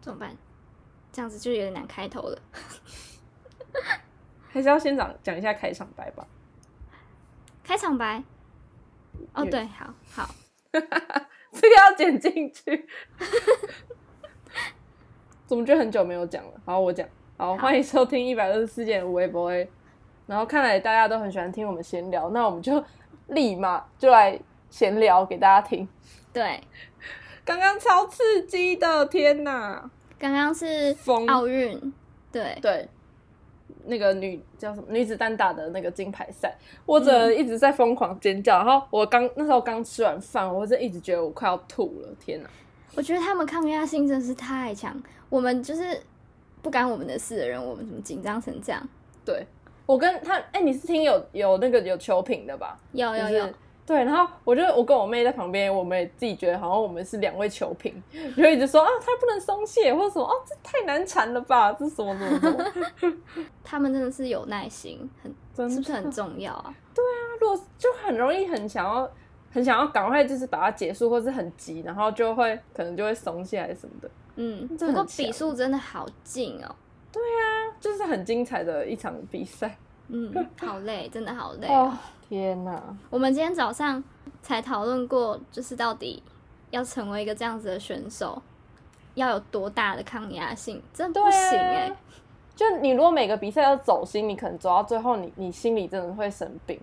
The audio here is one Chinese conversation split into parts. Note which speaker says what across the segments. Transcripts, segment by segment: Speaker 1: 怎么办？这样子就有点难开头了。
Speaker 2: 还是要先讲讲一下开场白吧。
Speaker 1: 开场白，哦
Speaker 2: 有
Speaker 1: 对，好好，
Speaker 2: 这个要剪进去。 怎么就很久没有讲了？好，我讲。好，欢迎收听一百二十四点五 A 博 A。然后看来大家都很喜欢听我们闲聊，那我们就立马就来闲聊给大家听。
Speaker 1: 对，
Speaker 2: 刚刚超刺激的，天哪！
Speaker 1: 刚刚是
Speaker 2: 疯
Speaker 1: 奥运，对，
Speaker 2: 对，那个女叫什么女子单打的那个金牌赛，我真的一直在疯狂尖叫。然后我刚那时候刚吃完饭，我真的一直觉得我快要吐了，天哪！
Speaker 1: 我觉得他们抗压性真是太强，我们就是不干我们的事的人，我们怎么紧张成这样？
Speaker 2: 对我跟他，哎、你是听有有那个有球评的吧？
Speaker 1: 哦有有
Speaker 2: 就
Speaker 1: 有
Speaker 2: 是，对，然后我就我跟我妹在旁边，我们也自己觉得好像我们是两位球评， 就一直说啊，他不能松懈，或者什么哦，这太难缠了吧， 这什么什么什么，
Speaker 1: 他们真的是有耐心，很
Speaker 2: 真
Speaker 1: 是不是
Speaker 2: 的
Speaker 1: 很重要啊？
Speaker 2: 如果就很容易很想要很想要赶快就是把它结束，或是很急，然后就会可能就会松懈还是什么的，
Speaker 1: 嗯，
Speaker 2: 这
Speaker 1: 不过
Speaker 2: 很强
Speaker 1: 比数真的好近哦，
Speaker 2: 就是很精彩的一场比赛。
Speaker 1: 嗯，好累，真的好累哦
Speaker 2: 哦，天哪！
Speaker 1: 我们今天早上才讨论过，就是到底要成为一个这样子的选手，要有多大的抗压性，真的不行哎、
Speaker 2: 对啊就你如果每个比赛都走心，你可能走到最后你，你心里真的会生病，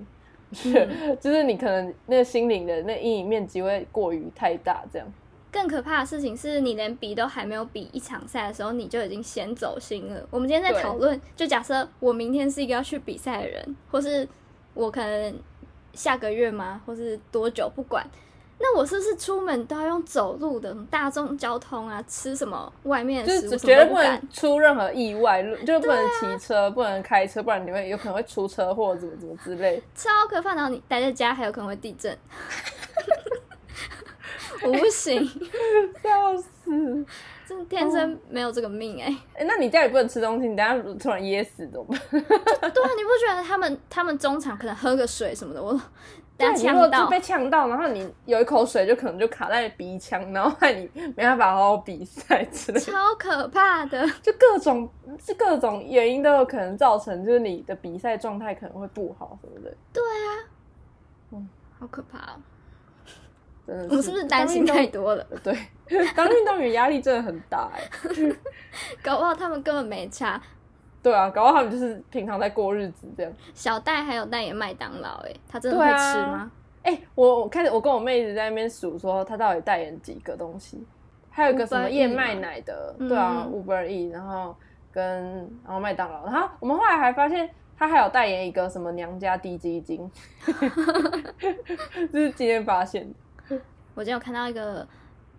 Speaker 2: 是、
Speaker 1: 嗯
Speaker 2: 就是你可能那个心灵的那阴影面积会过于太大，这样。
Speaker 1: 更可怕的事情是你连比都还没有比一场赛的时候，你就已经先走心了。我们今天在
Speaker 2: 对
Speaker 1: 讨论，就假设我明天是一个要去比赛的人，或是我可能下个月吗，或是多久不管，那我是不是出门都要用走路的大众交通啊？吃什么外面
Speaker 2: 就
Speaker 1: 的食
Speaker 2: 是
Speaker 1: 物
Speaker 2: 绝对
Speaker 1: 什么都
Speaker 2: 不
Speaker 1: 不敢
Speaker 2: 能出任何意外，
Speaker 1: 啊
Speaker 2: 就是不能骑车，不能开车，不然你会有可能会出车祸，怎么怎么之类。
Speaker 1: 超可怕！然后你待在家还有可能会地 震，我不 行，
Speaker 2: 笑死！
Speaker 1: 真的天生没有这个命哎、
Speaker 2: 哎、那你家里不能吃东西，你等下突然噎死怎么办？
Speaker 1: 对啊，你不觉得他们他们中场可能喝个水什么的，我大家
Speaker 2: 你如果
Speaker 1: 呛到
Speaker 2: 就被呛到，然后你有一口水就可能就卡在鼻腔，然后害你没办法好好比赛之类的，
Speaker 1: 超可怕的。
Speaker 2: 就各种是各种原因都有可能造成，就是你的比赛状态可能会不好什么的。
Speaker 1: 好可怕、哦！
Speaker 2: 真的是，
Speaker 1: 我哦们是不是担心
Speaker 2: 当
Speaker 1: 太
Speaker 2: 运
Speaker 1: 多了？
Speaker 2: 动？ 对，当运动员压力真的很大哎、
Speaker 1: 搞不好他们根本没差。
Speaker 2: 对啊，搞不好他们就是平常在过日子这样。
Speaker 1: 小戴还有代言麦当劳，哎，他真的会
Speaker 2: 对
Speaker 1: 吃
Speaker 2: 啊
Speaker 1: 吗？
Speaker 2: 哎、我我开始我跟我妹一直在那边数，说她到底代言几个东西，还有一个什
Speaker 1: Uber
Speaker 2: 么
Speaker 1: Eats
Speaker 2: 燕麦奶的，
Speaker 1: 吗
Speaker 2: 对啊
Speaker 1: 嗯
Speaker 2: ，Uber E，然后跟然后麦当劳，然后我们后来还发现她还有代言一个什么娘家低 基金， 这是今天发现的。
Speaker 1: 我今天有看到一个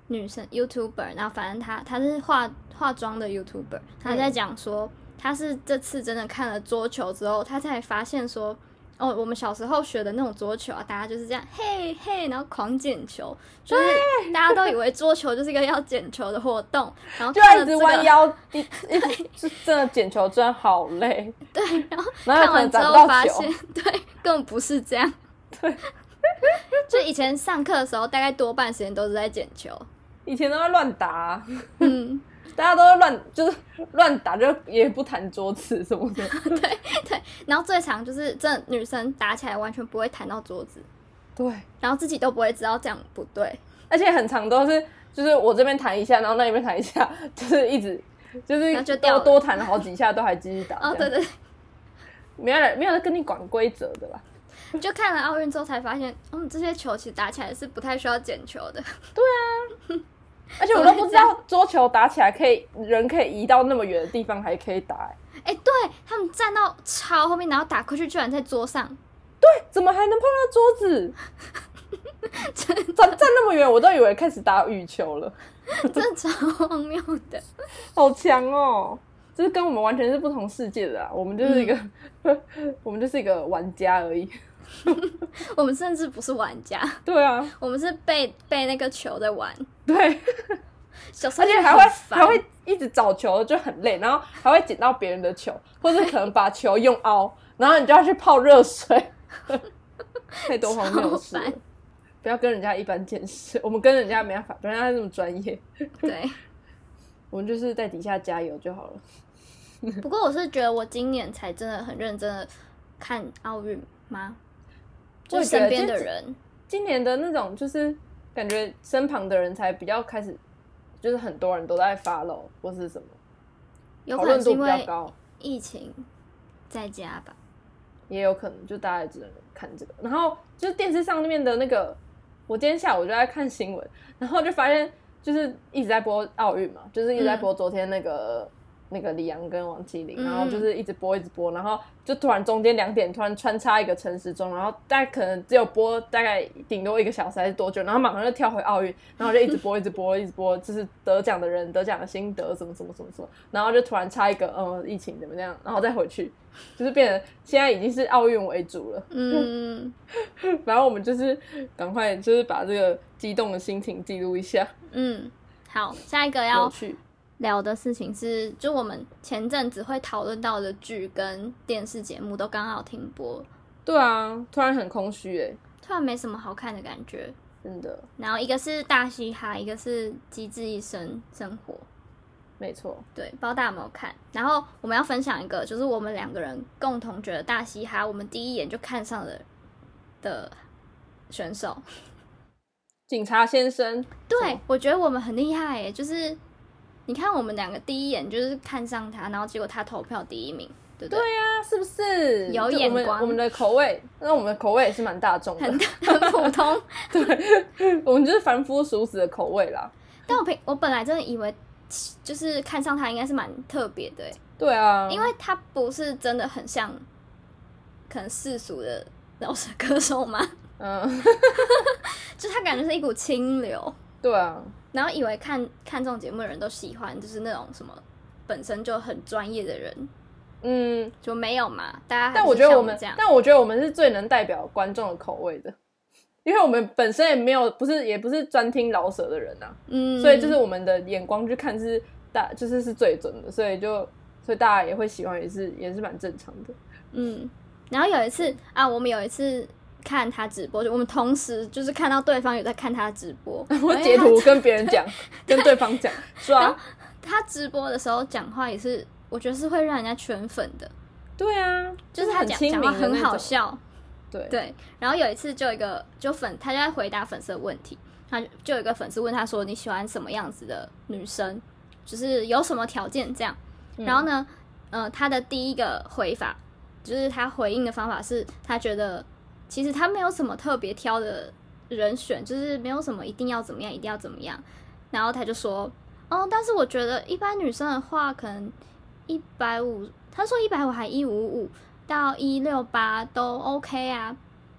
Speaker 1: 女生 YouTuber，然后反正她她是化化妆的 YouTuber，她在讲说她是这次真的看了桌球之后，她才发现说。哦，我们小时候学的那种桌球啊，大家就是这样嘿嘿，然后狂捡球，就是大家都以为桌球就是一个要捡球的活动，然后
Speaker 2: 就
Speaker 1: 哦看了这
Speaker 2: 要一直
Speaker 1: 个
Speaker 2: 弯腰，一一直就真的捡球真的好累，
Speaker 1: 对，然后
Speaker 2: 然
Speaker 1: 看
Speaker 2: 后可能
Speaker 1: 完之
Speaker 2: 找不
Speaker 1: 后
Speaker 2: 到
Speaker 1: 发
Speaker 2: 球
Speaker 1: 现，，对，根本不是这样。
Speaker 2: 对，
Speaker 1: 就以前上课的时候，大概多半时间都是在捡球，
Speaker 2: 以前都会乱打，
Speaker 1: 嗯，
Speaker 2: 大家都会乱就是乱打，就也不弹桌子什么的。
Speaker 1: 然后最常就是真的女生打起来完全不会弹到桌子，
Speaker 2: 对，
Speaker 1: 然后自己都不会知道这样不对，
Speaker 2: 而且很长都是就是我这边弹一下，然后那一边弹一下，就是一直就是
Speaker 1: 那就掉
Speaker 2: 多
Speaker 1: 了
Speaker 2: 多弹了好几下，都还继续打。
Speaker 1: 哦，
Speaker 2: 这
Speaker 1: 对
Speaker 2: 样，
Speaker 1: 对，
Speaker 2: 没有人没有人跟你管规则的啦。
Speaker 1: 对 就看了奥运之后才发现，嗯，这些球其实打起来是不太需要捡球的，
Speaker 2: 而且我都不知道桌球打起来可以人可以移到那么远的地方还可以打、欸
Speaker 1: 哎，对他们站到超后面，然后打过去居然在桌上，
Speaker 2: 怎么还能碰到桌 子？站站那么远，我都以为开始打羽球了，
Speaker 1: 真的超荒谬的。
Speaker 2: 好强哦！就是跟我们完全是不同世界的啊，我们就是一个，嗯 我们就是一个玩家而已。
Speaker 1: 我们甚至不是玩家，
Speaker 2: 对啊，
Speaker 1: 我们是被被那个球在玩，
Speaker 2: 对，
Speaker 1: 小时
Speaker 2: 而
Speaker 1: 候
Speaker 2: 且
Speaker 1: 就
Speaker 2: 还
Speaker 1: 很
Speaker 2: 会
Speaker 1: 烦
Speaker 2: 还会一直找球，就很累，然后还会捡到别人的球，或者可能把球用凹，然后你就要去泡热水， 太多荒谬的事
Speaker 1: 超
Speaker 2: 了
Speaker 1: 烦。
Speaker 2: 不要跟人家一般见识，我们跟人家没办法，人家那么专业。
Speaker 1: 对。
Speaker 2: 我们就是在底下加油就好了。
Speaker 1: 不过我是觉得我今年才真的很认真的看奥运吗？就
Speaker 2: 我也觉得
Speaker 1: 身边的
Speaker 2: 这
Speaker 1: 人，
Speaker 2: 今年的那种就是感觉身旁的人才比较开始，就是很多人都在发漏或是什么，
Speaker 1: 有
Speaker 2: 讨
Speaker 1: 可能
Speaker 2: 论
Speaker 1: 是
Speaker 2: 度
Speaker 1: 因
Speaker 2: 比较
Speaker 1: 为
Speaker 2: 高，
Speaker 1: 疫情在家吧。
Speaker 2: 也有可能就大家只能看这个。然后就是电视上面的那个，我今天下午就在看新闻， 然后就发现就是一直在播奥运嘛，就是一直在播昨天那个。那个李阳跟王麒麟，
Speaker 1: 嗯
Speaker 2: 然后就是一直播一直播，然后就突然中间两点突然穿插一个陈时中，然后大概可能只有播大概顶多一个小时还是多久，然后马上就跳回奥运，然后就一直播一直播一直播，就是得奖的人得奖的心得什么什么什么什么，然后就突然插一个嗯疫情怎么样，然后再回去，就是变成现在已经是奥运为主了。
Speaker 1: 嗯
Speaker 2: 反正我们就是赶快就是把这个激动的心情记录一下，
Speaker 1: 嗯，好，下一个
Speaker 2: 有
Speaker 1: 要
Speaker 2: 趣。
Speaker 1: 聊的事情是，就我们前阵子会讨论到的剧跟电视节目都刚好停播，
Speaker 2: 对啊，突然很空虚哎、
Speaker 1: 突然没什么好看的感觉。
Speaker 2: 真的，
Speaker 1: 然后一个是大嘻哈，一个是机智医生生活，
Speaker 2: 没错。
Speaker 1: 对，不知道大家有没有看？然后我们要分享一个，就是我们两个人共同觉得大嘻哈，我们第一眼就看上了的选手。
Speaker 2: 警察先生，什
Speaker 1: 对
Speaker 2: 么，
Speaker 1: 我觉得我们很厉害耶，就是你看我们两个第一眼就是看上他，然后结果他投票第一名，对不对？
Speaker 2: 啊，是不是
Speaker 1: 有
Speaker 2: 这
Speaker 1: 眼光
Speaker 2: 我们我们的口味，那我们的口味也是蛮大众的，
Speaker 1: 很 很普通。
Speaker 2: 对， 我们就是凡夫俗子的口味啦。
Speaker 1: 但我平我本来真的以为，就是看上他应该是蛮特别的耶，
Speaker 2: 对啊，
Speaker 1: 因为他不是真的很像，可能世俗的饶舌歌手嘛，
Speaker 2: 嗯，
Speaker 1: 就他感觉是一股清流。
Speaker 2: 对啊，
Speaker 1: 然后以为看看这种节目的人都喜欢，就是那种什么本身就很专业的人，
Speaker 2: 嗯，
Speaker 1: 就没有嘛。大家还是
Speaker 2: 但我觉得
Speaker 1: 啊像
Speaker 2: 我
Speaker 1: 我
Speaker 2: 们
Speaker 1: 这样，，
Speaker 2: 但我觉得我们是最能代表观众的口味的， 因为我们本身也没有，不是也不是专听老舍的人啊，
Speaker 1: 嗯，
Speaker 2: 所以就是我们的眼光去看是大，就是是最准的，所以就所以大家也会喜欢，也是也是蛮正常的。，
Speaker 1: 嗯，然后有一次啊，我们有一次看他直播，就我们同时就是看到对方有在看他直播 哎
Speaker 2: 我截
Speaker 1: 因
Speaker 2: 图
Speaker 1: 为
Speaker 2: 跟别人讲，
Speaker 1: 哎
Speaker 2: 跟对方讲，抓，
Speaker 1: 他他直播的时候讲话也是，我觉得是会让人家圈粉的，
Speaker 2: 对啊，
Speaker 1: 就是他
Speaker 2: 很
Speaker 1: 讲
Speaker 2: 亲
Speaker 1: 讲
Speaker 2: 民
Speaker 1: 话
Speaker 2: 的那种
Speaker 1: 很好，笑，
Speaker 2: 对
Speaker 1: 对。然后有一次就有一个就粉，他就在回答粉丝的问题，他就就有一个粉丝问他说你喜欢什么样子的女生，就是有什么条件这样。
Speaker 2: 嗯
Speaker 1: 然后呢，呃，他的第一个回法就是他回应的方法是，他觉得其实他没有什么特别挑的人选，就是没有什么一定要怎么样，一定要怎么样。然后他就说，哦，但是我觉得一般女生的话，可能一百五，他说一百五还一五五到一六八都 OK 啊。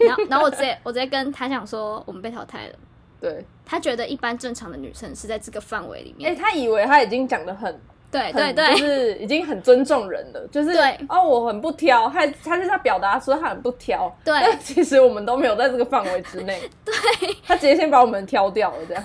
Speaker 1: 然后，然后我直 接我直接跟他讲说，我们被淘汰了。
Speaker 2: 对，
Speaker 1: 他觉得一般正常的女生是在这个范围里
Speaker 2: 哎、
Speaker 1: 面，
Speaker 2: 他以为他已经讲的很
Speaker 1: 对哎对
Speaker 2: 很
Speaker 1: 对，
Speaker 2: 就是已经很尊重人 了，就是
Speaker 1: 对
Speaker 2: 哦，我很不挑，他他就是要表达说他很不挑，
Speaker 1: 对
Speaker 2: 但其实我们都没有在这个范围之内， 对，他直接先把我们挑掉了，这样，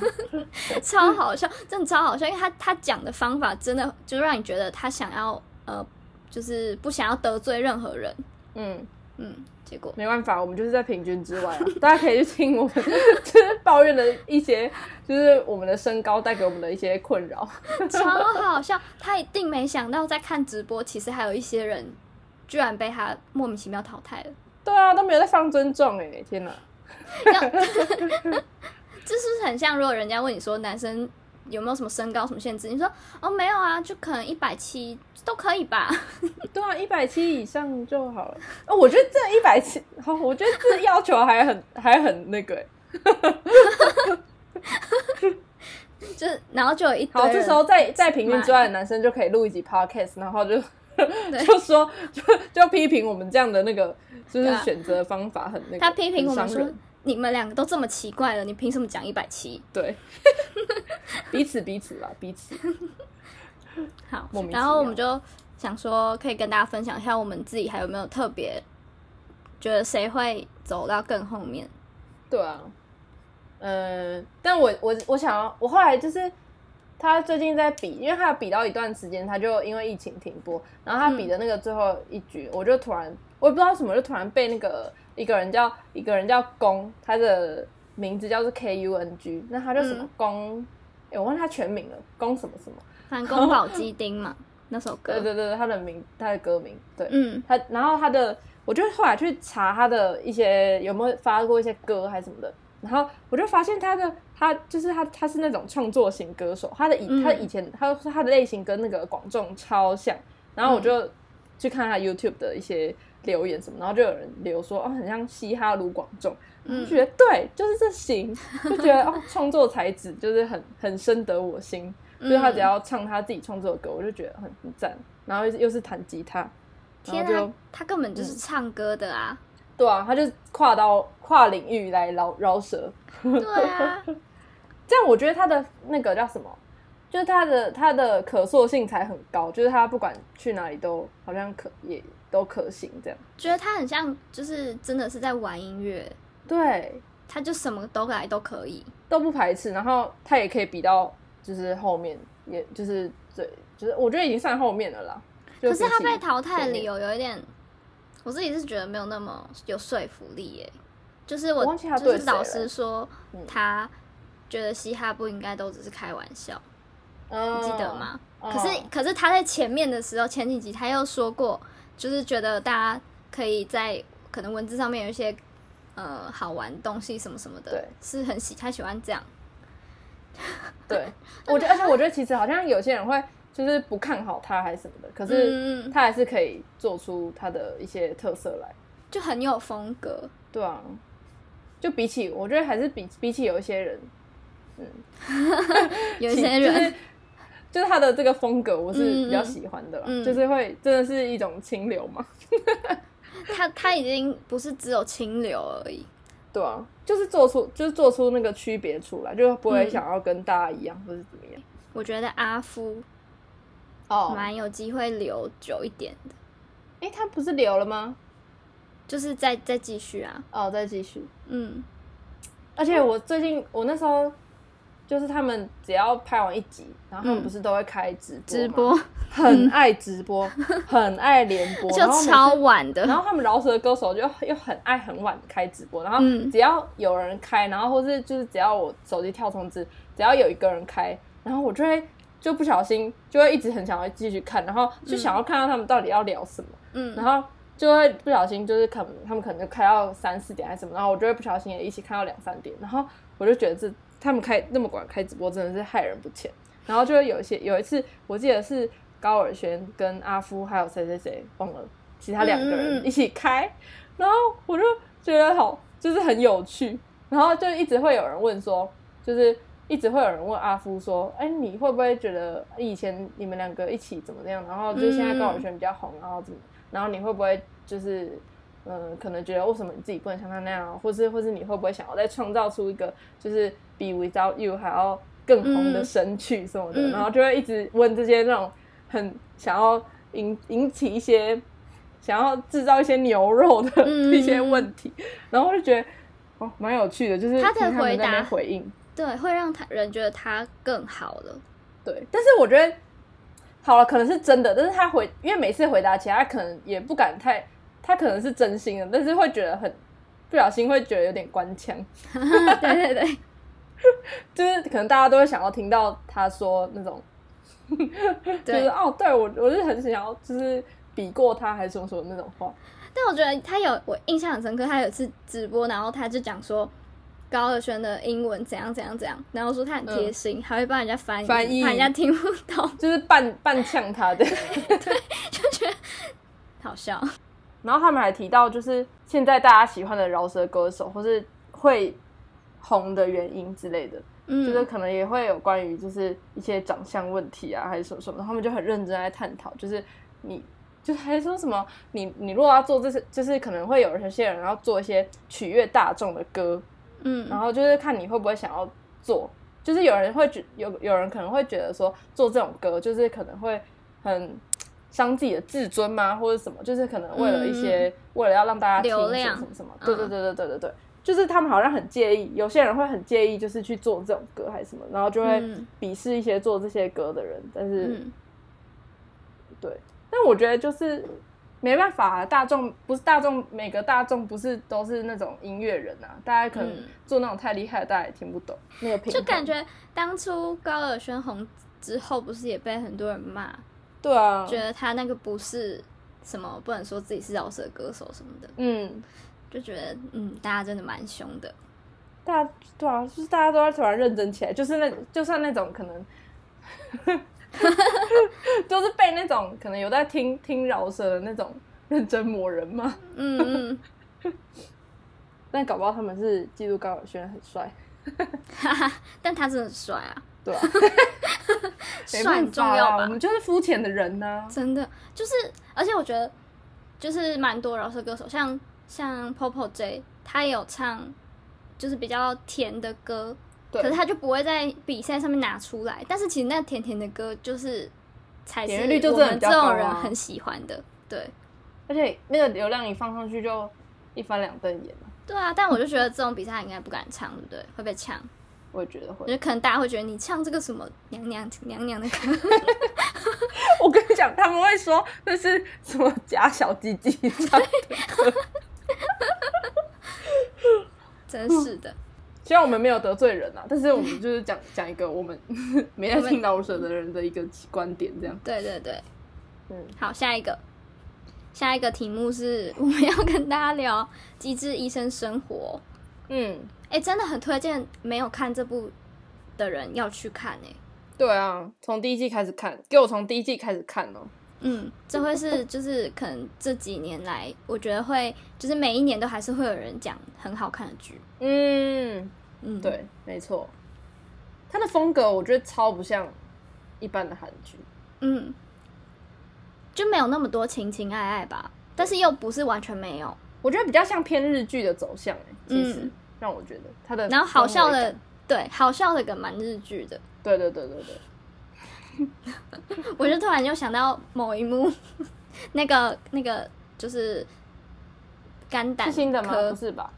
Speaker 1: 超好笑，真的超好笑，因为他他讲的方法真的就让你觉得他想要呃，就是不想要得罪任何人，
Speaker 2: 嗯，
Speaker 1: 嗯，结果
Speaker 2: 没办法，我们就是在平均之外啊， 大家可以去听我们就是抱怨的一些，就是我们的身高带给我们的一些困扰，
Speaker 1: 超好笑，他一定没想到在看直播，其实还有一些人居然被他莫名其妙淘汰了，
Speaker 2: 对啊，都没有在放尊重、哎，天哪，
Speaker 1: 要 这是不是很像如果人家问你说男生有没有什么身高什么限制，你说哦没有啊，就可能一百七都可以吧，
Speaker 2: 对啊，一百七以上就好了，哦，我觉得这一百七， 好，我觉得这要求还很 还很那个、哎
Speaker 1: 就是然后就有一堆
Speaker 2: 好，
Speaker 1: 人
Speaker 2: 这时候在在评论之外的男生就可以录一集 podcast，然后就 就说就就批评我们这样的那个就
Speaker 1: 对
Speaker 2: 是
Speaker 1: 啊
Speaker 2: 选择方法很那个，
Speaker 1: 他批评我们
Speaker 2: 很伤
Speaker 1: 说
Speaker 2: 人，
Speaker 1: 你们两个都这么奇怪了，你凭什么讲一百七？
Speaker 2: 对， 彼此彼此吧，彼此，
Speaker 1: 好
Speaker 2: 莫名，其妙
Speaker 1: 然后我们就想说，可以跟大家分享一下我们自己还有没有特别觉得谁会走到更后面？
Speaker 2: 对啊，嗯，但我我我想要，我后来就是他最近在比，因为他比到一段时间，他就因为疫情停播，然后他比的那个最后一局，我就突然我也不知道为什么，就突然被那个一个人叫一个人叫宫，他的名字叫做 K U N G，那他叫什么
Speaker 1: 嗯
Speaker 2: 宫？诶我忘记他全名了，宫什么什么？
Speaker 1: 反正宫保鸡丁 嘛，那首歌。
Speaker 2: 对对对，对他的名，他的歌名，对，
Speaker 1: 嗯，
Speaker 2: 他，然后他的，我就后来去查他的一些有没有发过一些歌还是什么的，然后我就发现他的，他就是他，他是那种创作型歌手，他的以、
Speaker 1: 嗯
Speaker 2: 他以前他他的类型跟那个广众超像，然后我
Speaker 1: 嗯
Speaker 2: 就去看他 YouTube 的一些留言什么，然后就有人留说哦，很像嘻哈卢广仲，我就
Speaker 1: 嗯
Speaker 2: 觉得对，就是这型，就觉得哦，创作才子就是很很深得我心，就是
Speaker 1: 嗯
Speaker 2: 他只要唱他自己创作的歌，我就觉得很很赞，然后又是又是弹吉他。然
Speaker 1: 天
Speaker 2: 后就。
Speaker 1: 啊，他根本就是唱歌的 啊！
Speaker 2: 对啊，他就跨到跨领域来饶饶舌，
Speaker 1: 对啊，
Speaker 2: 这样我觉得他的那个叫什么，就是他的他的可塑性才很高，就是他不管去哪里都好像可也都可行这样。
Speaker 1: 觉得他很像，就是真的是在玩音乐，
Speaker 2: 对，
Speaker 1: 他就什么都来都可以。
Speaker 2: 都不排斥，然后他也可以比到就是后面，也就是最就是我觉得已经算后面了啦。就
Speaker 1: 可是他
Speaker 2: 比起
Speaker 1: 被淘汰的理
Speaker 2: 前面，
Speaker 1: 由有一点，我自己是觉得没有那么有说服力耶。就是
Speaker 2: 我
Speaker 1: 我
Speaker 2: 忘记他
Speaker 1: 就
Speaker 2: 对
Speaker 1: 是
Speaker 2: 谁
Speaker 1: 老
Speaker 2: 了
Speaker 1: 师说
Speaker 2: 嗯
Speaker 1: 他觉得嘻哈不应该都只是开玩笑，
Speaker 2: 嗯
Speaker 1: 你记得吗？
Speaker 2: 嗯
Speaker 1: 可是可是他在前面的时候，前几集他又说过，就是觉得大家可以在可能文字上面有一些呃好玩东西什么什么的
Speaker 2: 对，
Speaker 1: 是很喜他喜欢这样。
Speaker 2: 对，我觉得而且我觉得其实好像有些人会就是不看好他还是什么的，可是
Speaker 1: 嗯，
Speaker 2: 他还是可以做出他的一些特色来。
Speaker 1: 就很有风格。
Speaker 2: 对啊，就比起我觉得还是比比起有一些人，
Speaker 1: 有一
Speaker 2: 其
Speaker 1: 些
Speaker 2: 就
Speaker 1: 人
Speaker 2: 是就是他的这个风格，我
Speaker 1: 嗯
Speaker 2: 是比较
Speaker 1: 嗯
Speaker 2: 喜欢的啦，
Speaker 1: 嗯
Speaker 2: 就是会真的是一种清流嘛，
Speaker 1: 他他已经不是只有清流而已，
Speaker 2: 对啊，就是做出就是做出那个区别出来，就不会
Speaker 1: 嗯
Speaker 2: 想要跟大家一样、或是怎么样。
Speaker 1: 我觉得阿夫
Speaker 2: 哦
Speaker 1: 蛮有机会留久一点的，
Speaker 2: 哎，他不是留了吗？
Speaker 1: 就是再再继续啊，
Speaker 2: 哦，再继续。
Speaker 1: 嗯
Speaker 2: 而且我最近我那时候就是他们只要拍完一集，然后他
Speaker 1: 嗯
Speaker 2: 们不是都会开直播吗，
Speaker 1: 直播
Speaker 2: 很爱 直播，很爱联播，哦然后
Speaker 1: 就
Speaker 2: 每次
Speaker 1: 超晚的，
Speaker 2: 然后他们饶舌歌手就又很爱很晚开直播，然后
Speaker 1: 嗯
Speaker 2: 只要有人开，然后或是就是只要我手机跳通知，只要有一个人开，然后我就会就不小心就会一直很想要继续看，然后就想要看到他们到底要聊什么，
Speaker 1: 嗯
Speaker 2: 然后就会不小心就是可能他们可能就开到三四点还是什么，然后我就会不小心也一起看到两三点，然后我就觉得这他们开那么晚开直播真的是害人不浅，然后就会有一些有一次我记得是高尔宣跟阿夫还有谁谁谁忘了，其他两个
Speaker 1: 嗯嗯
Speaker 2: 人
Speaker 1: 嗯
Speaker 2: 一起开，然后我就觉得好就是很有趣，然后就一直会有人问说，就是。一直会有人问阿夫说：“哎，你会不会觉得以前你们两个一起怎么样？然后就现在高尔宣比较红，然后怎么然后你会不会就是，嗯、可能觉得为什么你自己不能像他那样啊，或是或是你会不会想要再创造出一个就是比 Without You 还要更红的神曲什么的，
Speaker 1: 嗯嗯
Speaker 2: 然后就会一直问这些那种很想要引引起一些想要制造一些牛肉的
Speaker 1: 嗯
Speaker 2: 一些问题，然后我就觉得哦蛮有趣的，就是
Speaker 1: 他的
Speaker 2: 听们
Speaker 1: 回
Speaker 2: 在那边
Speaker 1: 答
Speaker 2: 回应，
Speaker 1: 对，会让他人觉得他更好 了，
Speaker 2: 对，但是我觉得好了，可能是真的，但是他回，因为每次回答起来，他可能也不敢太，他可能是真心的，但是会觉得很不小心会觉得有点官腔，
Speaker 1: 对对对，
Speaker 2: 就是可能大家都会想要听到他说那种， 就是
Speaker 1: 对
Speaker 2: 哦，对我我是很想要就是比过他还是什么什么那种话，
Speaker 1: 但我觉得他有我印象很深刻，他有一次直播，然后他就讲说。高尔宣的英文怎样怎样怎样，然后说他很贴心，还会帮人家翻译，
Speaker 2: 嗯翻译
Speaker 1: 怕人家听不懂，
Speaker 2: 就是半半呛他的。
Speaker 1: 好笑。
Speaker 2: 然后他们还提到，就是现在大家喜欢的饶舌歌手或是会红的原因之类的。
Speaker 1: 嗯，
Speaker 2: 就是可能也会有关于就是一些长相问题啊，还是什么什么的，他们就很认真在探讨，就是你。就是还说什么你你如果要做这些，就是可能会有一些人要做一些取悦大众的歌，
Speaker 1: 嗯，
Speaker 2: 然后就是看你会不会想要做。就是有人会觉有有人可能会觉得说做这种歌就是可能会很伤自己的自尊吗，或者什么？就是可能为了一些、为了要让大家
Speaker 1: 嗯
Speaker 2: 听
Speaker 1: 流
Speaker 2: 什么
Speaker 1: 量
Speaker 2: 什么什么，
Speaker 1: 嗯
Speaker 2: 对对对对对对对，就是他们好像很介意，有些人会很介意，就是去做这种歌还是什么，然后就会
Speaker 1: 嗯
Speaker 2: 鄙视一些做这些歌的人，但是。
Speaker 1: 嗯，
Speaker 2: 对，但我觉得就是没办法、啊，大众不是大众，每个大众不是都是那种音乐人啊，大家可能
Speaker 1: 嗯
Speaker 2: 做那种太厉害的，大家也听不懂那个平衡，
Speaker 1: 就感觉当初高尔宣红之后，不是也被很多人骂，
Speaker 2: 对啊，
Speaker 1: 觉得他那个不是什么不能说自己是饶舌歌手什么的，
Speaker 2: 嗯，
Speaker 1: 就觉得嗯，大家真的蛮凶的。
Speaker 2: 大家对啊，就是大家都要突然认真起来，就是那就算那种 可能，就是被那种可能有在听听饶舌的那种认真磨人嘛，
Speaker 1: 嗯嗯，
Speaker 2: 但搞不好他们是嫉妒高晓轩很帅，
Speaker 1: 哈哈， 但他真的很帅啊，
Speaker 2: 对啊，
Speaker 1: 帅
Speaker 2: 没办
Speaker 1: 很重
Speaker 2: 法啊
Speaker 1: 要
Speaker 2: 我
Speaker 1: 吧？
Speaker 2: 们就是肤浅的人呐、
Speaker 1: 真的就是，而且我觉得就是蛮多饶舌歌手，像像 Popo J，他也有唱就是比较甜的歌，
Speaker 2: 对
Speaker 1: 可是他就不会在比赛上面拿出来。但是其实那甜甜的歌就是才是
Speaker 2: 点阅率就
Speaker 1: 我
Speaker 2: 真的
Speaker 1: 们
Speaker 2: 比较
Speaker 1: 这
Speaker 2: 高
Speaker 1: 种
Speaker 2: 啊
Speaker 1: 人很喜欢的，对。
Speaker 2: 而且那个流量一放上去就一翻两瞪眼嘛，
Speaker 1: 对啊，但我就觉得这种比赛应该不敢唱，对不对？会被呛，
Speaker 2: 我也觉得会
Speaker 1: 我。觉得可能大家会觉得你唱这个什么娘娘娘娘的歌，
Speaker 2: 我跟你讲，他们会说那是什么假小鸡鸡唱的 歌，
Speaker 1: 真是的。
Speaker 2: 虽然我们没有得罪人啊，但是我们就是讲讲一个我们 没在听老舍的人的一个观点，这样。
Speaker 1: 对对对，
Speaker 2: 嗯，
Speaker 1: 好，下一个，下一个题目是我们要跟大家聊《机智医生生活》。
Speaker 2: 嗯，
Speaker 1: 哎，真的很推荐没有看这部的人要去看哎、
Speaker 2: 对啊，从第一季开始看，给我从第一季开始看哦。
Speaker 1: 嗯，这会是就是可能这几年来，我觉得会就是每一年都还是会有人讲很好看的剧。
Speaker 2: 嗯，
Speaker 1: 嗯，，
Speaker 2: 对，没错，他的风格我觉得超不像一般的韩剧。
Speaker 1: 嗯，就没有那么多情情爱爱吧，但是又不是完全没有。
Speaker 2: 我觉得比较像偏日剧的走向、欸，其实、
Speaker 1: 嗯
Speaker 2: 让我觉得它的
Speaker 1: 然后好笑
Speaker 2: 氛围
Speaker 1: 的
Speaker 2: 感，，
Speaker 1: 对，好笑的梗蛮日剧的。
Speaker 2: 对对对对对，
Speaker 1: 我就突然又想到某一幕， 那个那个就是肝胆
Speaker 2: 是新的吗？
Speaker 1: 科
Speaker 2: 不是吧？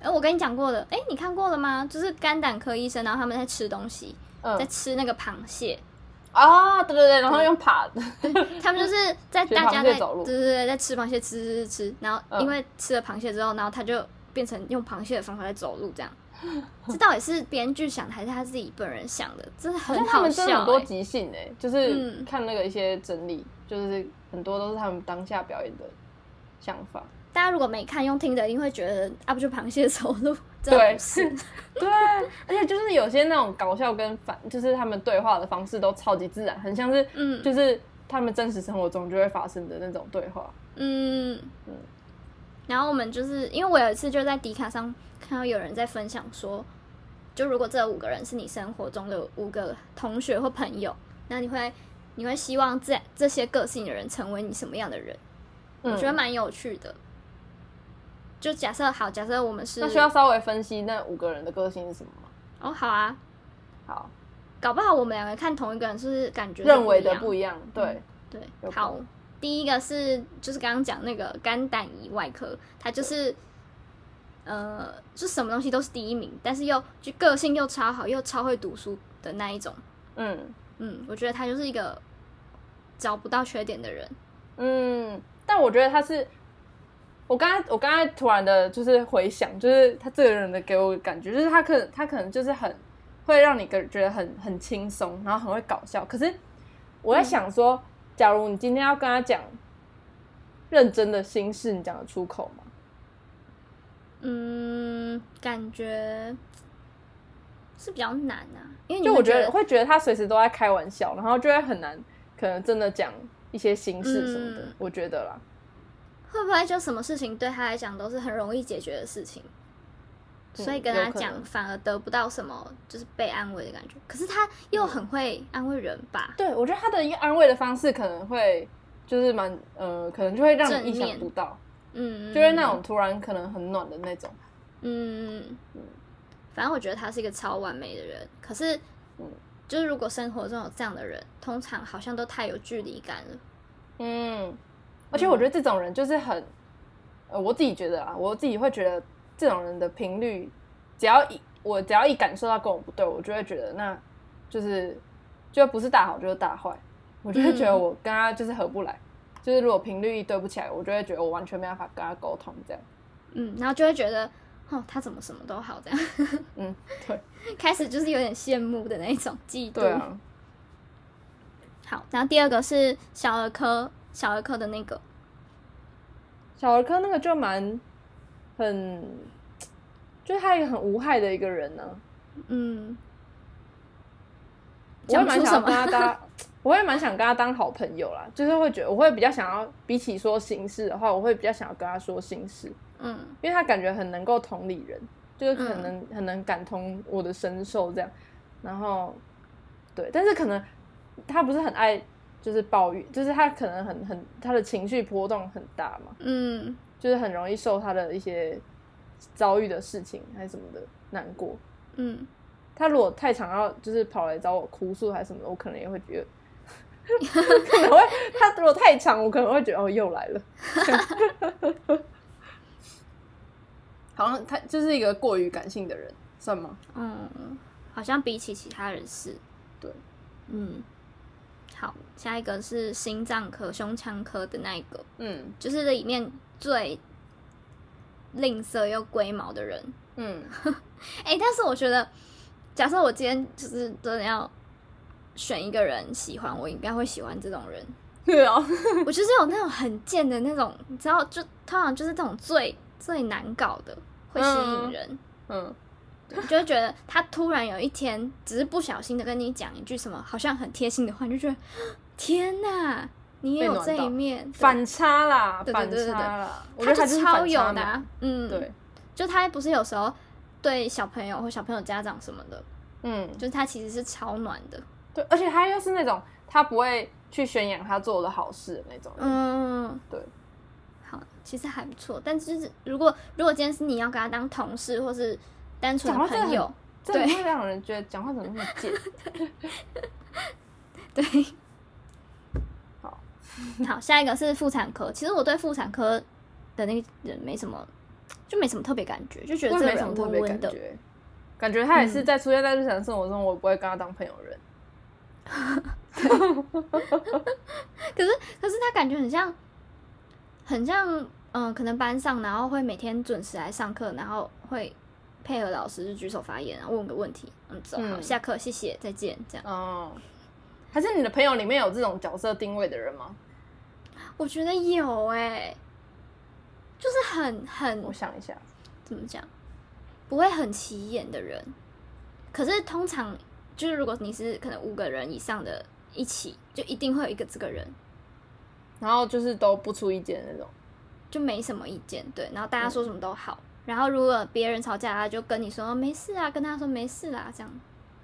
Speaker 1: 哎、我跟你讲过的，哎、你看过了吗？就是肝胆科医生，然后他们在吃东西，在
Speaker 2: 嗯，
Speaker 1: 吃那个螃蟹，
Speaker 2: 啊，对对对，然后用爬的，
Speaker 1: 他们就是在
Speaker 2: 学
Speaker 1: 大家
Speaker 2: 螃蟹
Speaker 1: 在
Speaker 2: 走路
Speaker 1: 对对对，在吃螃蟹吃吃吃吃，然后
Speaker 2: 嗯
Speaker 1: 因为吃了螃蟹之后，然后他就变成用螃蟹的方法在走路这样。 这到底是编剧想的还是他自己本人想的？真的很
Speaker 2: 但他
Speaker 1: 好
Speaker 2: 们真的
Speaker 1: 笑、
Speaker 2: 很多
Speaker 1: 欸。
Speaker 2: 即兴哎、就是
Speaker 1: 嗯
Speaker 2: 看那个一些整理，就是很多都是他们当下表演的想法。
Speaker 1: 大家如果没看用听的，一定会觉得啊，不就螃蟹走路？真的
Speaker 2: 对
Speaker 1: 不 是，
Speaker 2: 对，啊而且就是有些那种搞笑跟反，就是他们对话的方式都超级自然，很像是
Speaker 1: 嗯
Speaker 2: 就是他们真实生活中就会发生的那种对话。
Speaker 1: 嗯
Speaker 2: 嗯，
Speaker 1: 然后我们就是因为我有一次就在迪卡上看到有人在分享说，就如果这五个人是你生活中的五个同学或朋友，那你会你会希望这这些个性的人成为你什么样的人？
Speaker 2: 嗯
Speaker 1: 我觉得蛮有趣的。就假设好，假设我们是
Speaker 2: 那需要稍微分析那五个人的个性是什么吗？
Speaker 1: 哦好啊，
Speaker 2: 好，
Speaker 1: 搞不好我们两个看同一个人是不是感觉
Speaker 2: 认为的
Speaker 1: 不
Speaker 2: 不
Speaker 1: 一样
Speaker 2: 一样，对，有
Speaker 1: 对，
Speaker 2: 可能
Speaker 1: 好，第一个是就是刚刚讲那个肝胆胰外科，它就是呃，就什么东西都是第一名，但是又就个性又超好，又超会读书的那一种。
Speaker 2: 嗯。
Speaker 1: 嗯，我觉得他就是一个找不到缺点的人。
Speaker 2: 嗯，但我觉得他是，我刚才我刚才突然的就是回想，就是他这个人的给我感觉，就是他可能他可能就是很会让你个觉得很很轻松，然后很会搞笑。可是我
Speaker 1: 嗯
Speaker 2: 在想说，假如你今天要跟他讲认真的心事，你讲得出口吗？
Speaker 1: 嗯，感觉是比较难啊，因为你
Speaker 2: 就我
Speaker 1: 会
Speaker 2: 觉
Speaker 1: 觉
Speaker 2: 得会觉得他随时都在开玩笑，然后就会很难，可能真的讲一些心事什么的。
Speaker 1: 嗯
Speaker 2: 我觉得啦，
Speaker 1: 会不会就什么事情对他来讲都是很容易解决的事情，
Speaker 2: 嗯
Speaker 1: 所以跟
Speaker 2: 有
Speaker 1: 他
Speaker 2: 可
Speaker 1: 讲
Speaker 2: 能
Speaker 1: 反而得不到什么，就是被安慰的感觉。可是他又很会安慰人吧？
Speaker 2: 对我觉得他的一个安慰的方式可能会就是蛮呃，可能就会让
Speaker 1: 正
Speaker 2: 你意想
Speaker 1: 面
Speaker 2: 不到。
Speaker 1: 嗯，
Speaker 2: 就是那种突然可能很暖的那种。
Speaker 1: 嗯，反正我觉得他是一个超完美的人。可是
Speaker 2: 嗯，
Speaker 1: 就是如果生活中有这样的人，通常好像都太有距离感了。
Speaker 2: 嗯，而且我觉得这种人就是很，呃，我自己觉得啊，我自己会觉得这种人的频率，只要一我只要一感受到跟我不对，我就会觉得那就是就不是大好就是大坏，我就会觉得
Speaker 1: 嗯
Speaker 2: 我跟他就是合不来。就是如果频率对不起来，我就会觉得我完全没办法跟他沟通这样。
Speaker 1: 嗯，然后就会觉得，哦，他怎么什么都好这样，
Speaker 2: 嗯，对，
Speaker 1: 开始就是有点羡慕的那一种嫉妒。
Speaker 2: 对啊，
Speaker 1: 好，然后第二个是小儿科，小儿科的那个，
Speaker 2: 小儿科那个就蛮很，就是他也很无害的一个人呢、
Speaker 1: 嗯，
Speaker 2: 我会蛮
Speaker 1: 讲出什
Speaker 2: 想要
Speaker 1: 么
Speaker 2: 跟他当， 我会蛮想跟他当好朋友啦。就是会觉得，我会比较想要，比起说心事的话，我会比较想要跟他说心事，
Speaker 1: 嗯
Speaker 2: 因为他感觉很能够同理人，就是可
Speaker 1: 嗯
Speaker 2: 能、很能感同我的身受这样。然后，对，但是可能他不是很爱，就是抱怨，就是他可能很很他的情绪波动很大嘛，
Speaker 1: 嗯，
Speaker 2: 就是很容易受他的一些遭遇的事情还是什么的难过。
Speaker 1: 嗯，
Speaker 2: 他如果太常要就是跑来找我哭诉还是什么的，我可能也会觉得， 可能会他如果太长，我可能会觉得哦又来了，好像他就是一个过于感性的人，算吗？
Speaker 1: 嗯，好像比起其他人是，
Speaker 2: 对，
Speaker 1: 嗯，好，下一个是心脏科、胸腔科的那一个，
Speaker 2: 嗯
Speaker 1: 就是里面最吝啬又龟毛的人。
Speaker 2: 嗯
Speaker 1: 哎、但是我觉得，假设我今天就是真的要选一个人喜欢，我应该会喜欢这种人。
Speaker 2: 对啊，
Speaker 1: 我就是有那种很贱的那种，你知道，就通常就是这种最最难搞的会吸引人。
Speaker 2: 嗯
Speaker 1: 你就会觉得他突然有一天，只是不小心的跟你讲一句什么，好像很贴心的话，你就觉得天哪，你也
Speaker 2: 被
Speaker 1: 有
Speaker 2: 暖
Speaker 1: 这一
Speaker 2: 到
Speaker 1: 面，对
Speaker 2: 反差啦，
Speaker 1: 对对对对对
Speaker 2: 反差啦，我
Speaker 1: 他
Speaker 2: 觉得他
Speaker 1: 就是超
Speaker 2: 反
Speaker 1: 有
Speaker 2: 差
Speaker 1: 的啊、
Speaker 2: 嘛，
Speaker 1: 嗯，
Speaker 2: 对，，
Speaker 1: 就他不是有时候对小朋友或小朋友家长什么的，
Speaker 2: 嗯
Speaker 1: 就是他其实是超暖的，
Speaker 2: 对，而且他又是那种他不会去宣扬他做的好事的那种人，
Speaker 1: 嗯，
Speaker 2: 对，
Speaker 1: 好，其实还不错，但就是如果如果今天是你要跟他当同事或是单纯
Speaker 2: 讲
Speaker 1: 的
Speaker 2: 话真的
Speaker 1: 朋
Speaker 2: 很
Speaker 1: 友，
Speaker 2: 这
Speaker 1: 对
Speaker 2: 会让人觉得讲话怎么那么 贱。
Speaker 1: 对，
Speaker 2: 好，
Speaker 1: 好，下一个是妇产科。其实我对妇产科的那个人没什么，就没什么特别感觉，就觉得
Speaker 2: 我
Speaker 1: 这
Speaker 2: 也
Speaker 1: 个
Speaker 2: 没什么
Speaker 1: 人
Speaker 2: 特
Speaker 1: 温
Speaker 2: 别
Speaker 1: 温
Speaker 2: 感
Speaker 1: 的。
Speaker 2: 觉，感觉他也是
Speaker 1: 嗯
Speaker 2: 在出现在日常生活中，我不会跟他当朋友的人。
Speaker 1: 可是可是他感觉很像，很像嗯、可能班上然后会每天准时来上课，然后会配合老师就举手发言，然后问个问题，嗯，走，好，
Speaker 2: 嗯
Speaker 1: 下课，谢谢，再见，这样。
Speaker 2: 哦，还是你的朋友里面有这种角色定位的人吗？
Speaker 1: 我觉得有哎、就是很很
Speaker 2: 我想一下，
Speaker 1: 怎么讲，不会很起眼的人。可是通常就是如果你是可能五个人以上的一起，就一定会有一个这个人
Speaker 2: 然后就是都不出意见的那种。
Speaker 1: 就没什么意见，对，然后大家说什么都好。然后如果别人吵架，他就跟你说没事啊，跟他说没事啦，这样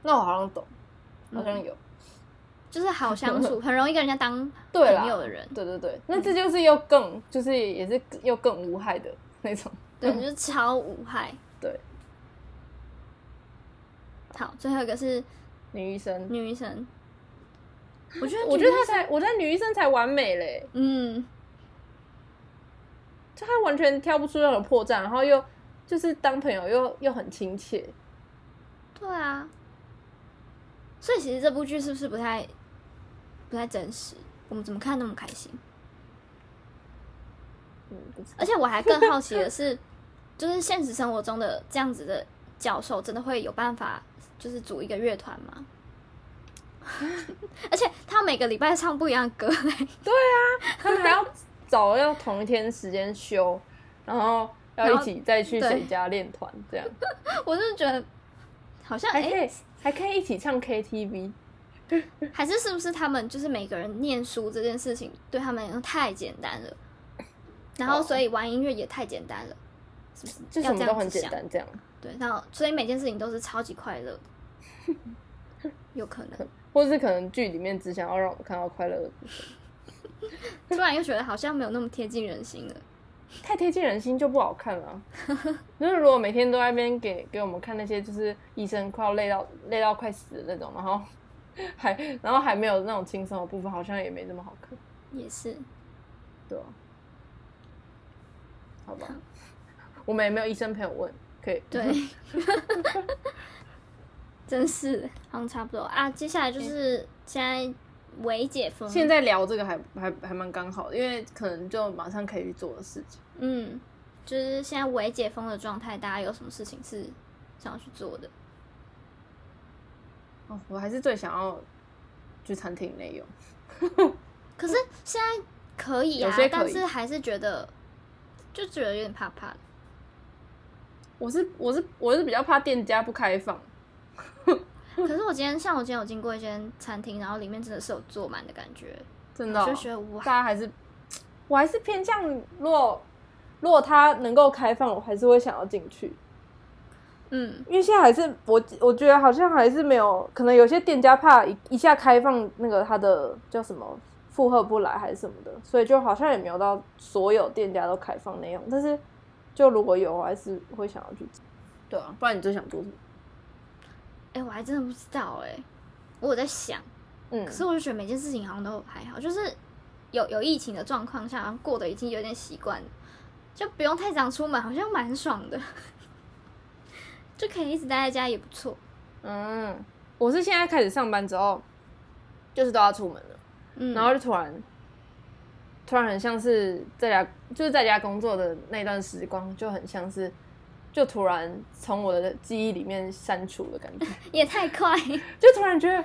Speaker 2: 那我好像懂，好
Speaker 1: 嗯
Speaker 2: 像有。
Speaker 1: 就是好相 处，很容易跟人家当
Speaker 2: 对啦
Speaker 1: 朋友的人，嗯
Speaker 2: 对对对，那这就是又更，就是也是又更无害的那种。
Speaker 1: 对，就是超无害。
Speaker 2: 对，
Speaker 1: 好，最后一个是
Speaker 2: 女医生，
Speaker 1: 女医生，我觉得
Speaker 2: 我
Speaker 1: 女
Speaker 2: 觉得她才，我觉得女医生才完美嘞。
Speaker 1: 嗯，
Speaker 2: 就他完全挑不出任何破绽，然后又就是当朋友又又很亲切，
Speaker 1: 对啊，所以其实这部剧是不是不太不太真实？我们怎么看那么开心？
Speaker 2: 嗯，不知道
Speaker 1: 而且我还更好奇的是，就是现实生活中的这样子的教授，真的会有办法就是组一个乐团 吗？而且他每个礼拜唱不一样的歌、
Speaker 2: 他们还要找要同一天时间休，然后要一起再去
Speaker 1: 然后
Speaker 2: 谁家练团，这样
Speaker 1: 我就觉得好像
Speaker 2: 还
Speaker 1: 哎、
Speaker 2: 可以还可以一起唱 KTV，
Speaker 1: 还是是不是他们就是每个人念书这件事情对他们来说太简单了，然后
Speaker 2: 哦
Speaker 1: 所以玩音乐也太简单了，是不是？
Speaker 2: 就
Speaker 1: 要
Speaker 2: 什
Speaker 1: 这
Speaker 2: 么
Speaker 1: 样
Speaker 2: 都
Speaker 1: 子
Speaker 2: 很简
Speaker 1: 想
Speaker 2: 单，这样
Speaker 1: 对，然后所以每件事情都是超级快 乐的，有可能。
Speaker 2: 或者是可能剧里面只想要让我们看到快乐的部分，
Speaker 1: 突然又觉得好像没有那么贴近人心了。
Speaker 2: 太贴近人心就不好看了啊、 就是如果每天都在那边给给我们看那些就是医生快要累到累到快死的那种，然后 还然后还没有那种轻松的部分，好像也没这么好看。
Speaker 1: 也是，
Speaker 2: 对啊，好吧，我们也没有医生朋友问，可以
Speaker 1: 对，，真是的好像差不多啊。接下来就是现在微解封。
Speaker 2: 现在聊这个还还还蛮刚好的，因为可能就马上可以去做的事情。
Speaker 1: 嗯，就是现在微解封的状态，大家有什么事情是想要去做的？
Speaker 2: 哦，我还是最想要去餐厅内用。
Speaker 1: 可是现在可以啊，
Speaker 2: 有些可以
Speaker 1: 但是还是觉得就觉得有点怕怕的。
Speaker 2: 我是我是我是比较怕店家不开放，嗯
Speaker 1: 可是我今天像我今天有经过一间餐厅，然后里面真的是有坐满的感觉，
Speaker 2: 真的哦、
Speaker 1: 就觉得哇
Speaker 2: 大，家还是，我还是偏向如果如果它能够开放，我还是会想要进去，
Speaker 1: 嗯，
Speaker 2: 因为现在还是我我觉得好像还是没有，可能有些店家怕一一下开放那个它的叫什么负荷不来还是什么的，所以就好像也没有到所有店家都开放那样，但是就如果有，我还是会想要去。对啊，不然你最想做什么？
Speaker 1: 哎、我还真的不知道哎、我有在想，
Speaker 2: 嗯
Speaker 1: 可是我就觉得每件事情好像都还好，就是有有疫情的状况下，好像过得已经有点习惯了，就不用太常出门，好像蛮爽的， 就可以一直待在家也不错。
Speaker 2: 嗯，我是现在开始上班之后，就是都要出门了。
Speaker 1: 嗯，
Speaker 2: 然后就突然，突然很像是在家，就是在家工作的那段时光，就很像是，就突然从我的记忆里面删除的感觉，
Speaker 1: 也太 快，
Speaker 2: 就突然觉得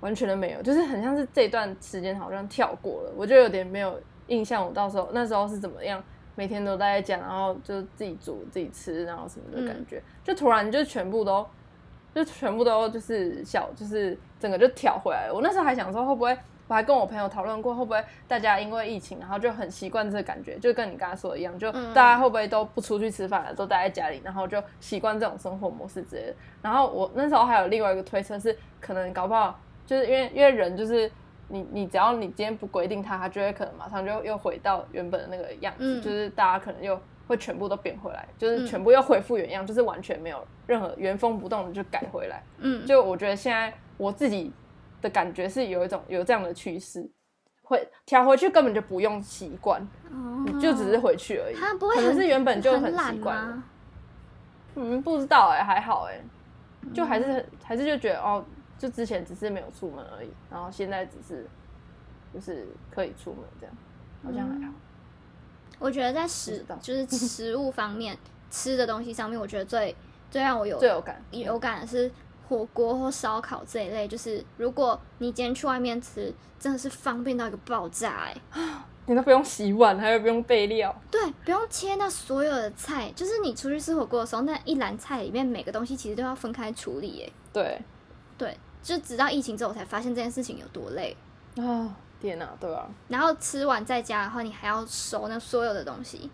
Speaker 2: 完全都没有，就是很像是这段时间好像跳过了，我就有点没有印象，我到时候那时候是怎么样，每天都待在家，然后就自己煮自己吃，然后什么的感觉，就突然就全部都。就全部都就是小，就是整个就挑回来了。我那时候还想说，会不会我还跟我朋友讨论过，会不会大家因为疫情，然后就很习惯这个感觉，就跟你刚才说的一样，就
Speaker 1: 嗯
Speaker 2: 大家会不会都不出去吃饭了，都待在家里，然后就习惯这种生活模式之类的。然后我那时候还有另外一个推测是，可能搞不好就是因为因为人就是。你你只要你今天不规定他，他就会可能马上就又回到原本的那个样子，
Speaker 1: 嗯
Speaker 2: 就是大家可能又会全部都变回来，就是
Speaker 1: 嗯
Speaker 2: 全部又恢复原样，就是完全没有任何原封不动的就改回来。
Speaker 1: 嗯，
Speaker 2: 就我觉得现在我自己的感觉是有一种有这样的趋势，会调回去根本就不用习惯，
Speaker 1: 哦
Speaker 2: 你就只是回去而已。
Speaker 1: 他不会
Speaker 2: 可能
Speaker 1: 很
Speaker 2: 是原本就
Speaker 1: 很懒
Speaker 2: 习惯了。
Speaker 1: 吗？
Speaker 2: 嗯，不知道哎、还好哎、就还
Speaker 1: 嗯
Speaker 2: 是很还是就觉得哦，就之前只是没有出门而已，然后现在只是就是可以出门这样，好像还好。
Speaker 1: 嗯我觉得在食
Speaker 2: 知道
Speaker 1: 就是食物方面， 吃的东西上面，我觉得最最让我有
Speaker 2: 最有感，
Speaker 1: 有感的是火锅或烧烤这一类，就是如果你今天去外面吃，真的是方便到一个爆炸哎、
Speaker 2: 你都不用洗碗，还有不用备料，
Speaker 1: 对，不用切那所有的菜，就是你出去吃火锅的时候，那一篮菜里面每个东西其实都要分开处理哎、
Speaker 2: 对
Speaker 1: 对，就直到疫情之后我才发现这件事情有多累。
Speaker 2: 啊，天哪、对啊，
Speaker 1: 然后吃完在家的话，你还要收那所有的东西，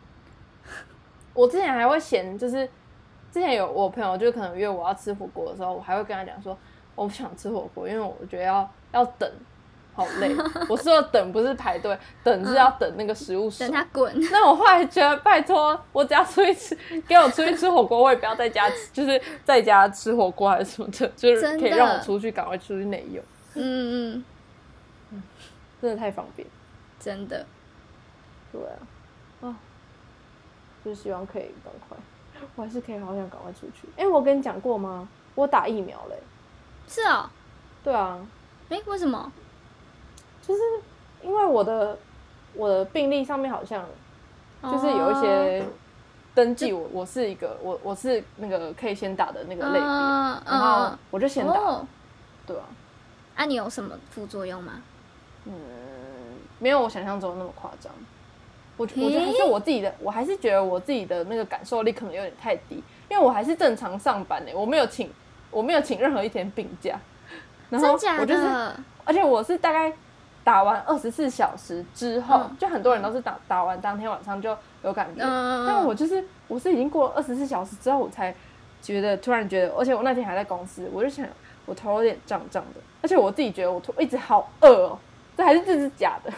Speaker 2: 我之前还会嫌，就是之前有我朋友就可能约我要吃火锅的时候，我还会跟他讲说我不想吃火锅，因为我觉得要要等，好 累。我说的等不是排队，等是要等那个食物熟。
Speaker 1: 嗯等它滚。
Speaker 2: 那我后来觉得，拜托，我只要出去吃，给我出去吃火锅，我也不要在家吃，就是在家吃火锅还是什么的，就是
Speaker 1: 真的
Speaker 2: 可以让我出去，赶快出去内用，
Speaker 1: 嗯嗯，
Speaker 2: 真的太方便。
Speaker 1: 真的。
Speaker 2: 对啊，啊，就是希望可以赶快， 我还是可以好想赶快出去。哎、我跟你讲过吗？我打疫苗嘞、
Speaker 1: 是哦，
Speaker 2: 对啊，
Speaker 1: 诶，为什么？
Speaker 2: 就是因为我的我的病历上面好像就是有一
Speaker 1: 哦
Speaker 2: 些登记我，我是一个我我是那个可以先打的那个类别，
Speaker 1: 嗯
Speaker 2: 然后
Speaker 1: 嗯
Speaker 2: 我就先打，
Speaker 1: 哦，
Speaker 2: 对啊，
Speaker 1: 啊，你有什么副作用吗？
Speaker 2: 嗯，没有我想象中那么夸张。我觉我觉得还是我自己的，我还是觉得我自己的那个感受力可能有点太低，因为我还是正常上班欸呢、我没有请我没有请任何一天病假，然后
Speaker 1: 真假
Speaker 2: 我就是
Speaker 1: 的？
Speaker 2: 而且我是大概打完二十四小时之后，
Speaker 1: 嗯
Speaker 2: 就很多人都是打打完当天晚上就有感觉，
Speaker 1: 嗯
Speaker 2: 呃但我就是我是已经过了二十四小时之后，我才觉得突然觉得，而且我那天还在公司，我就想我头有点胀胀的，而且我自己觉得我头一直好饿哦，这还是这是假的，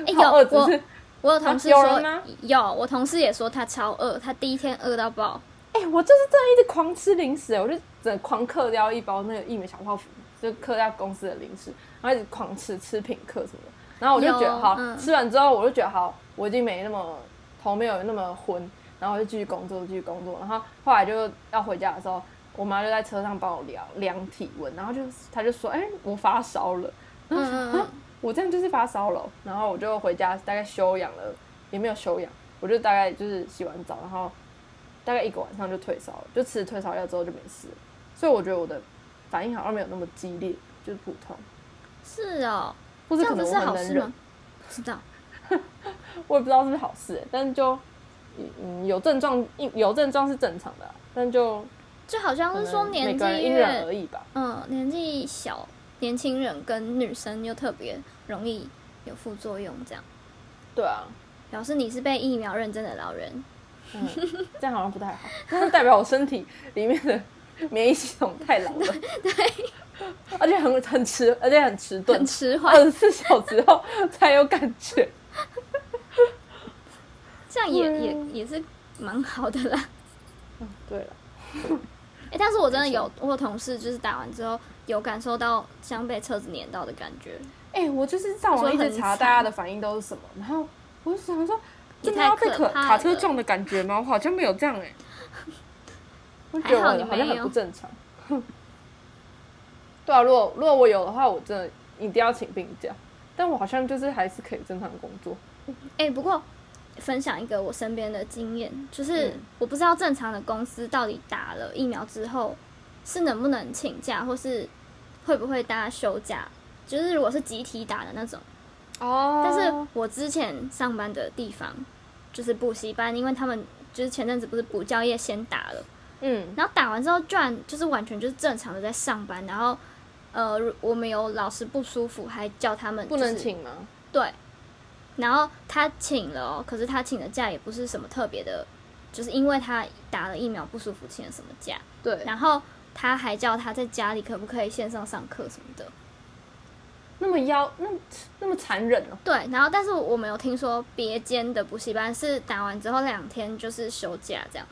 Speaker 1: 哎、有
Speaker 2: 好饿，只是
Speaker 1: 我我有同事
Speaker 2: 啊有
Speaker 1: 说
Speaker 2: 人吗
Speaker 1: 有，我同事也说他超饿，他第一天饿到爆。
Speaker 2: 哎、我就是这样一直狂吃零食，我就整个狂嗑掉一包那个一美小泡芙，就嗑掉公司的零食，然后一直狂吃吃品客什么的。然后我就觉
Speaker 1: 有
Speaker 2: 得好，
Speaker 1: 嗯
Speaker 2: 吃完之后我就觉得好，我已经没那么头没有那么昏，然后我就继续工作，继续工作。然后后来就要回家的时候，我妈就在车上帮我量量体温，然后就她就说：“哎、我发烧了。”
Speaker 1: 嗯嗯嗯，
Speaker 2: 我这样就是发烧了。然后我就回家大概休养了，也没有休养，我就大概就是洗完澡，然后大概一个晚上就退烧了，就吃退烧药之后就没事了。所以我觉得我的反应好像没有那么激烈，就是普通，
Speaker 1: 是哦，
Speaker 2: 或
Speaker 1: 这
Speaker 2: 者
Speaker 1: 样
Speaker 2: 可能
Speaker 1: 子
Speaker 2: 我
Speaker 1: 是
Speaker 2: 很
Speaker 1: 好
Speaker 2: 能
Speaker 1: 事
Speaker 2: 忍
Speaker 1: 吗，？不知道，
Speaker 2: 我也不知道是不是好事、但是就嗯有症状，有症状是正常的啊、但就
Speaker 1: 就好像
Speaker 2: 可
Speaker 1: 是说
Speaker 2: 能每
Speaker 1: 年纪
Speaker 2: 个人因
Speaker 1: 越
Speaker 2: 人而异吧。
Speaker 1: 嗯，年纪小，年轻人跟女生又特别容易有副作用，这样
Speaker 2: 对啊，
Speaker 1: 表示你是被疫苗认证的老人。
Speaker 2: 嗯， 这样好像不太好，那就代表我身体里面的免疫系统太老 了，对，而且很很迟，而且很迟
Speaker 1: 很
Speaker 2: 钝，
Speaker 1: 迟缓
Speaker 2: 二，十四小时后才有感觉。
Speaker 1: 这样也也
Speaker 2: 嗯
Speaker 1: 也是蛮好的 啦。
Speaker 2: 嗯，对了，
Speaker 1: 哎、但是我真的有，我有同事就是打完之后有感受到像被车子碾到的感觉，
Speaker 2: 哎、我就是上网一直
Speaker 1: 说很
Speaker 2: 查
Speaker 1: 惨
Speaker 2: 大家的反应都是什么，然后我就想说，
Speaker 1: 也
Speaker 2: 真的
Speaker 1: 太
Speaker 2: 要被
Speaker 1: 可
Speaker 2: 可
Speaker 1: 怕
Speaker 2: 卡车
Speaker 1: 了
Speaker 2: 撞的感觉吗？我好像没有这样哎、我觉得
Speaker 1: 还好你
Speaker 2: 我好像
Speaker 1: 没
Speaker 2: 很
Speaker 1: 有
Speaker 2: 不正常。 对啊，如果如果我有的话，我真的一定要请病假。但我好像就是还是可以正常工作。
Speaker 1: 哎、不过分享一个我身边的经验，就是
Speaker 2: 嗯
Speaker 1: 我不知道正常的公司到底打了疫苗之后是能不能请假，或是会不会大家休假。就是如果是集体打的那种，
Speaker 2: 哦
Speaker 1: 但是我之前上班的地方就是补习班，因为他们就是前阵子不是补教业先打了，
Speaker 2: 嗯，
Speaker 1: 然后打完之后居然就是完全就是正常的在上班，然后呃如我们有老师不舒服还叫他们、
Speaker 2: 不能请吗？
Speaker 1: 对，然后他请了哦，可是他请的假也不是什么特别的，就是因为他打了疫苗不舒服请了什么假，
Speaker 2: 对，
Speaker 1: 然后他还叫他在家里可不可以线上上课什么的。
Speaker 2: 那么妖，那么那么残忍哦。
Speaker 1: 对，然后但是我们有听说别间的补习班是打完之后两天就是休假这样，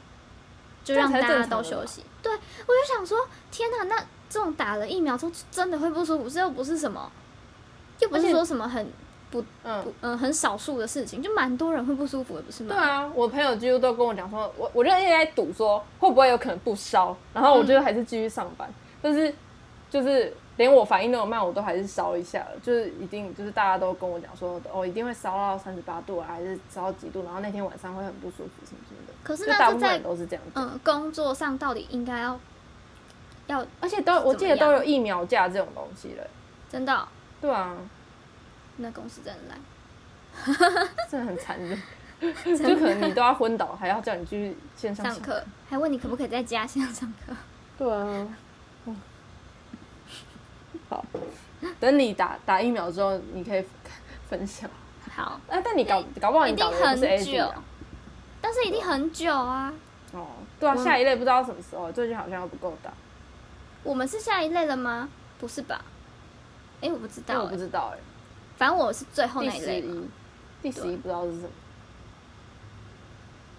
Speaker 1: 就
Speaker 2: 这样
Speaker 1: 让
Speaker 2: 才
Speaker 1: 大
Speaker 2: 正
Speaker 1: 家
Speaker 2: 常
Speaker 1: 都
Speaker 2: 的
Speaker 1: 休
Speaker 2: 吧
Speaker 1: 息。对，我就想说，天哪，那这种打了疫苗之后真的会不舒服，这又不是什么，又不
Speaker 2: 而
Speaker 1: 是
Speaker 2: 且
Speaker 1: 说什么很不
Speaker 2: 嗯，
Speaker 1: 嗯、呃很少数的事情，就蛮多人会不舒服的，不是吗？
Speaker 2: 对啊，我朋友几乎都跟我讲说，我我就一直在赌说会不会有可能不烧，然后我就还是继续上班，但是就是连我反应那么慢，我都还是烧一下了，就是一定就是大家都跟我讲说，哦，一定会烧到三十八度啊，还是烧到几度，然后那天晚上会很不舒服什么什么的。
Speaker 1: 可是
Speaker 2: 就
Speaker 1: 那
Speaker 2: 大
Speaker 1: 是
Speaker 2: 部分
Speaker 1: 在
Speaker 2: 人都是这样子，
Speaker 1: 嗯、工作上到底应该要要
Speaker 2: 而且都我记得
Speaker 1: 怎
Speaker 2: 都
Speaker 1: 么样
Speaker 2: 有疫苗价这种东西了。
Speaker 1: 真的哦、
Speaker 2: 对啊，
Speaker 1: 那公司真的烂，
Speaker 2: 真的很残忍。
Speaker 1: 真
Speaker 2: 就可能你都要昏倒，还要叫你去线上
Speaker 1: 上课还问你可不可以在家线上上课。
Speaker 2: 对啊，嗯好，等你打打疫苗之后，你可以分享。
Speaker 1: 好，
Speaker 2: 啊，但你搞 搞不好
Speaker 1: 哎一
Speaker 2: 你
Speaker 1: 定
Speaker 2: 打的也不
Speaker 1: 很
Speaker 2: 是 A Z
Speaker 1: 久
Speaker 2: 啊。，
Speaker 1: 但是一定很久啊。
Speaker 2: 哦，对啊，
Speaker 1: 嗯
Speaker 2: 下一类不知道什么时候，最近好像又不够打，
Speaker 1: 我们是下一类了吗？不是吧？哎、我不知
Speaker 2: 但
Speaker 1: 道、
Speaker 2: 我不
Speaker 1: 诶
Speaker 2: 知道哎、
Speaker 1: 反正我是最后
Speaker 2: 第
Speaker 1: 那一
Speaker 2: 十
Speaker 1: 类嘛，
Speaker 2: 一，第十一不知道是什么，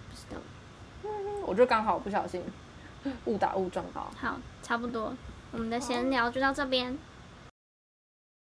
Speaker 1: 不知道。
Speaker 2: 我就刚好不小心误打误撞到。
Speaker 1: 好，差不多，我们的闲聊就到这边，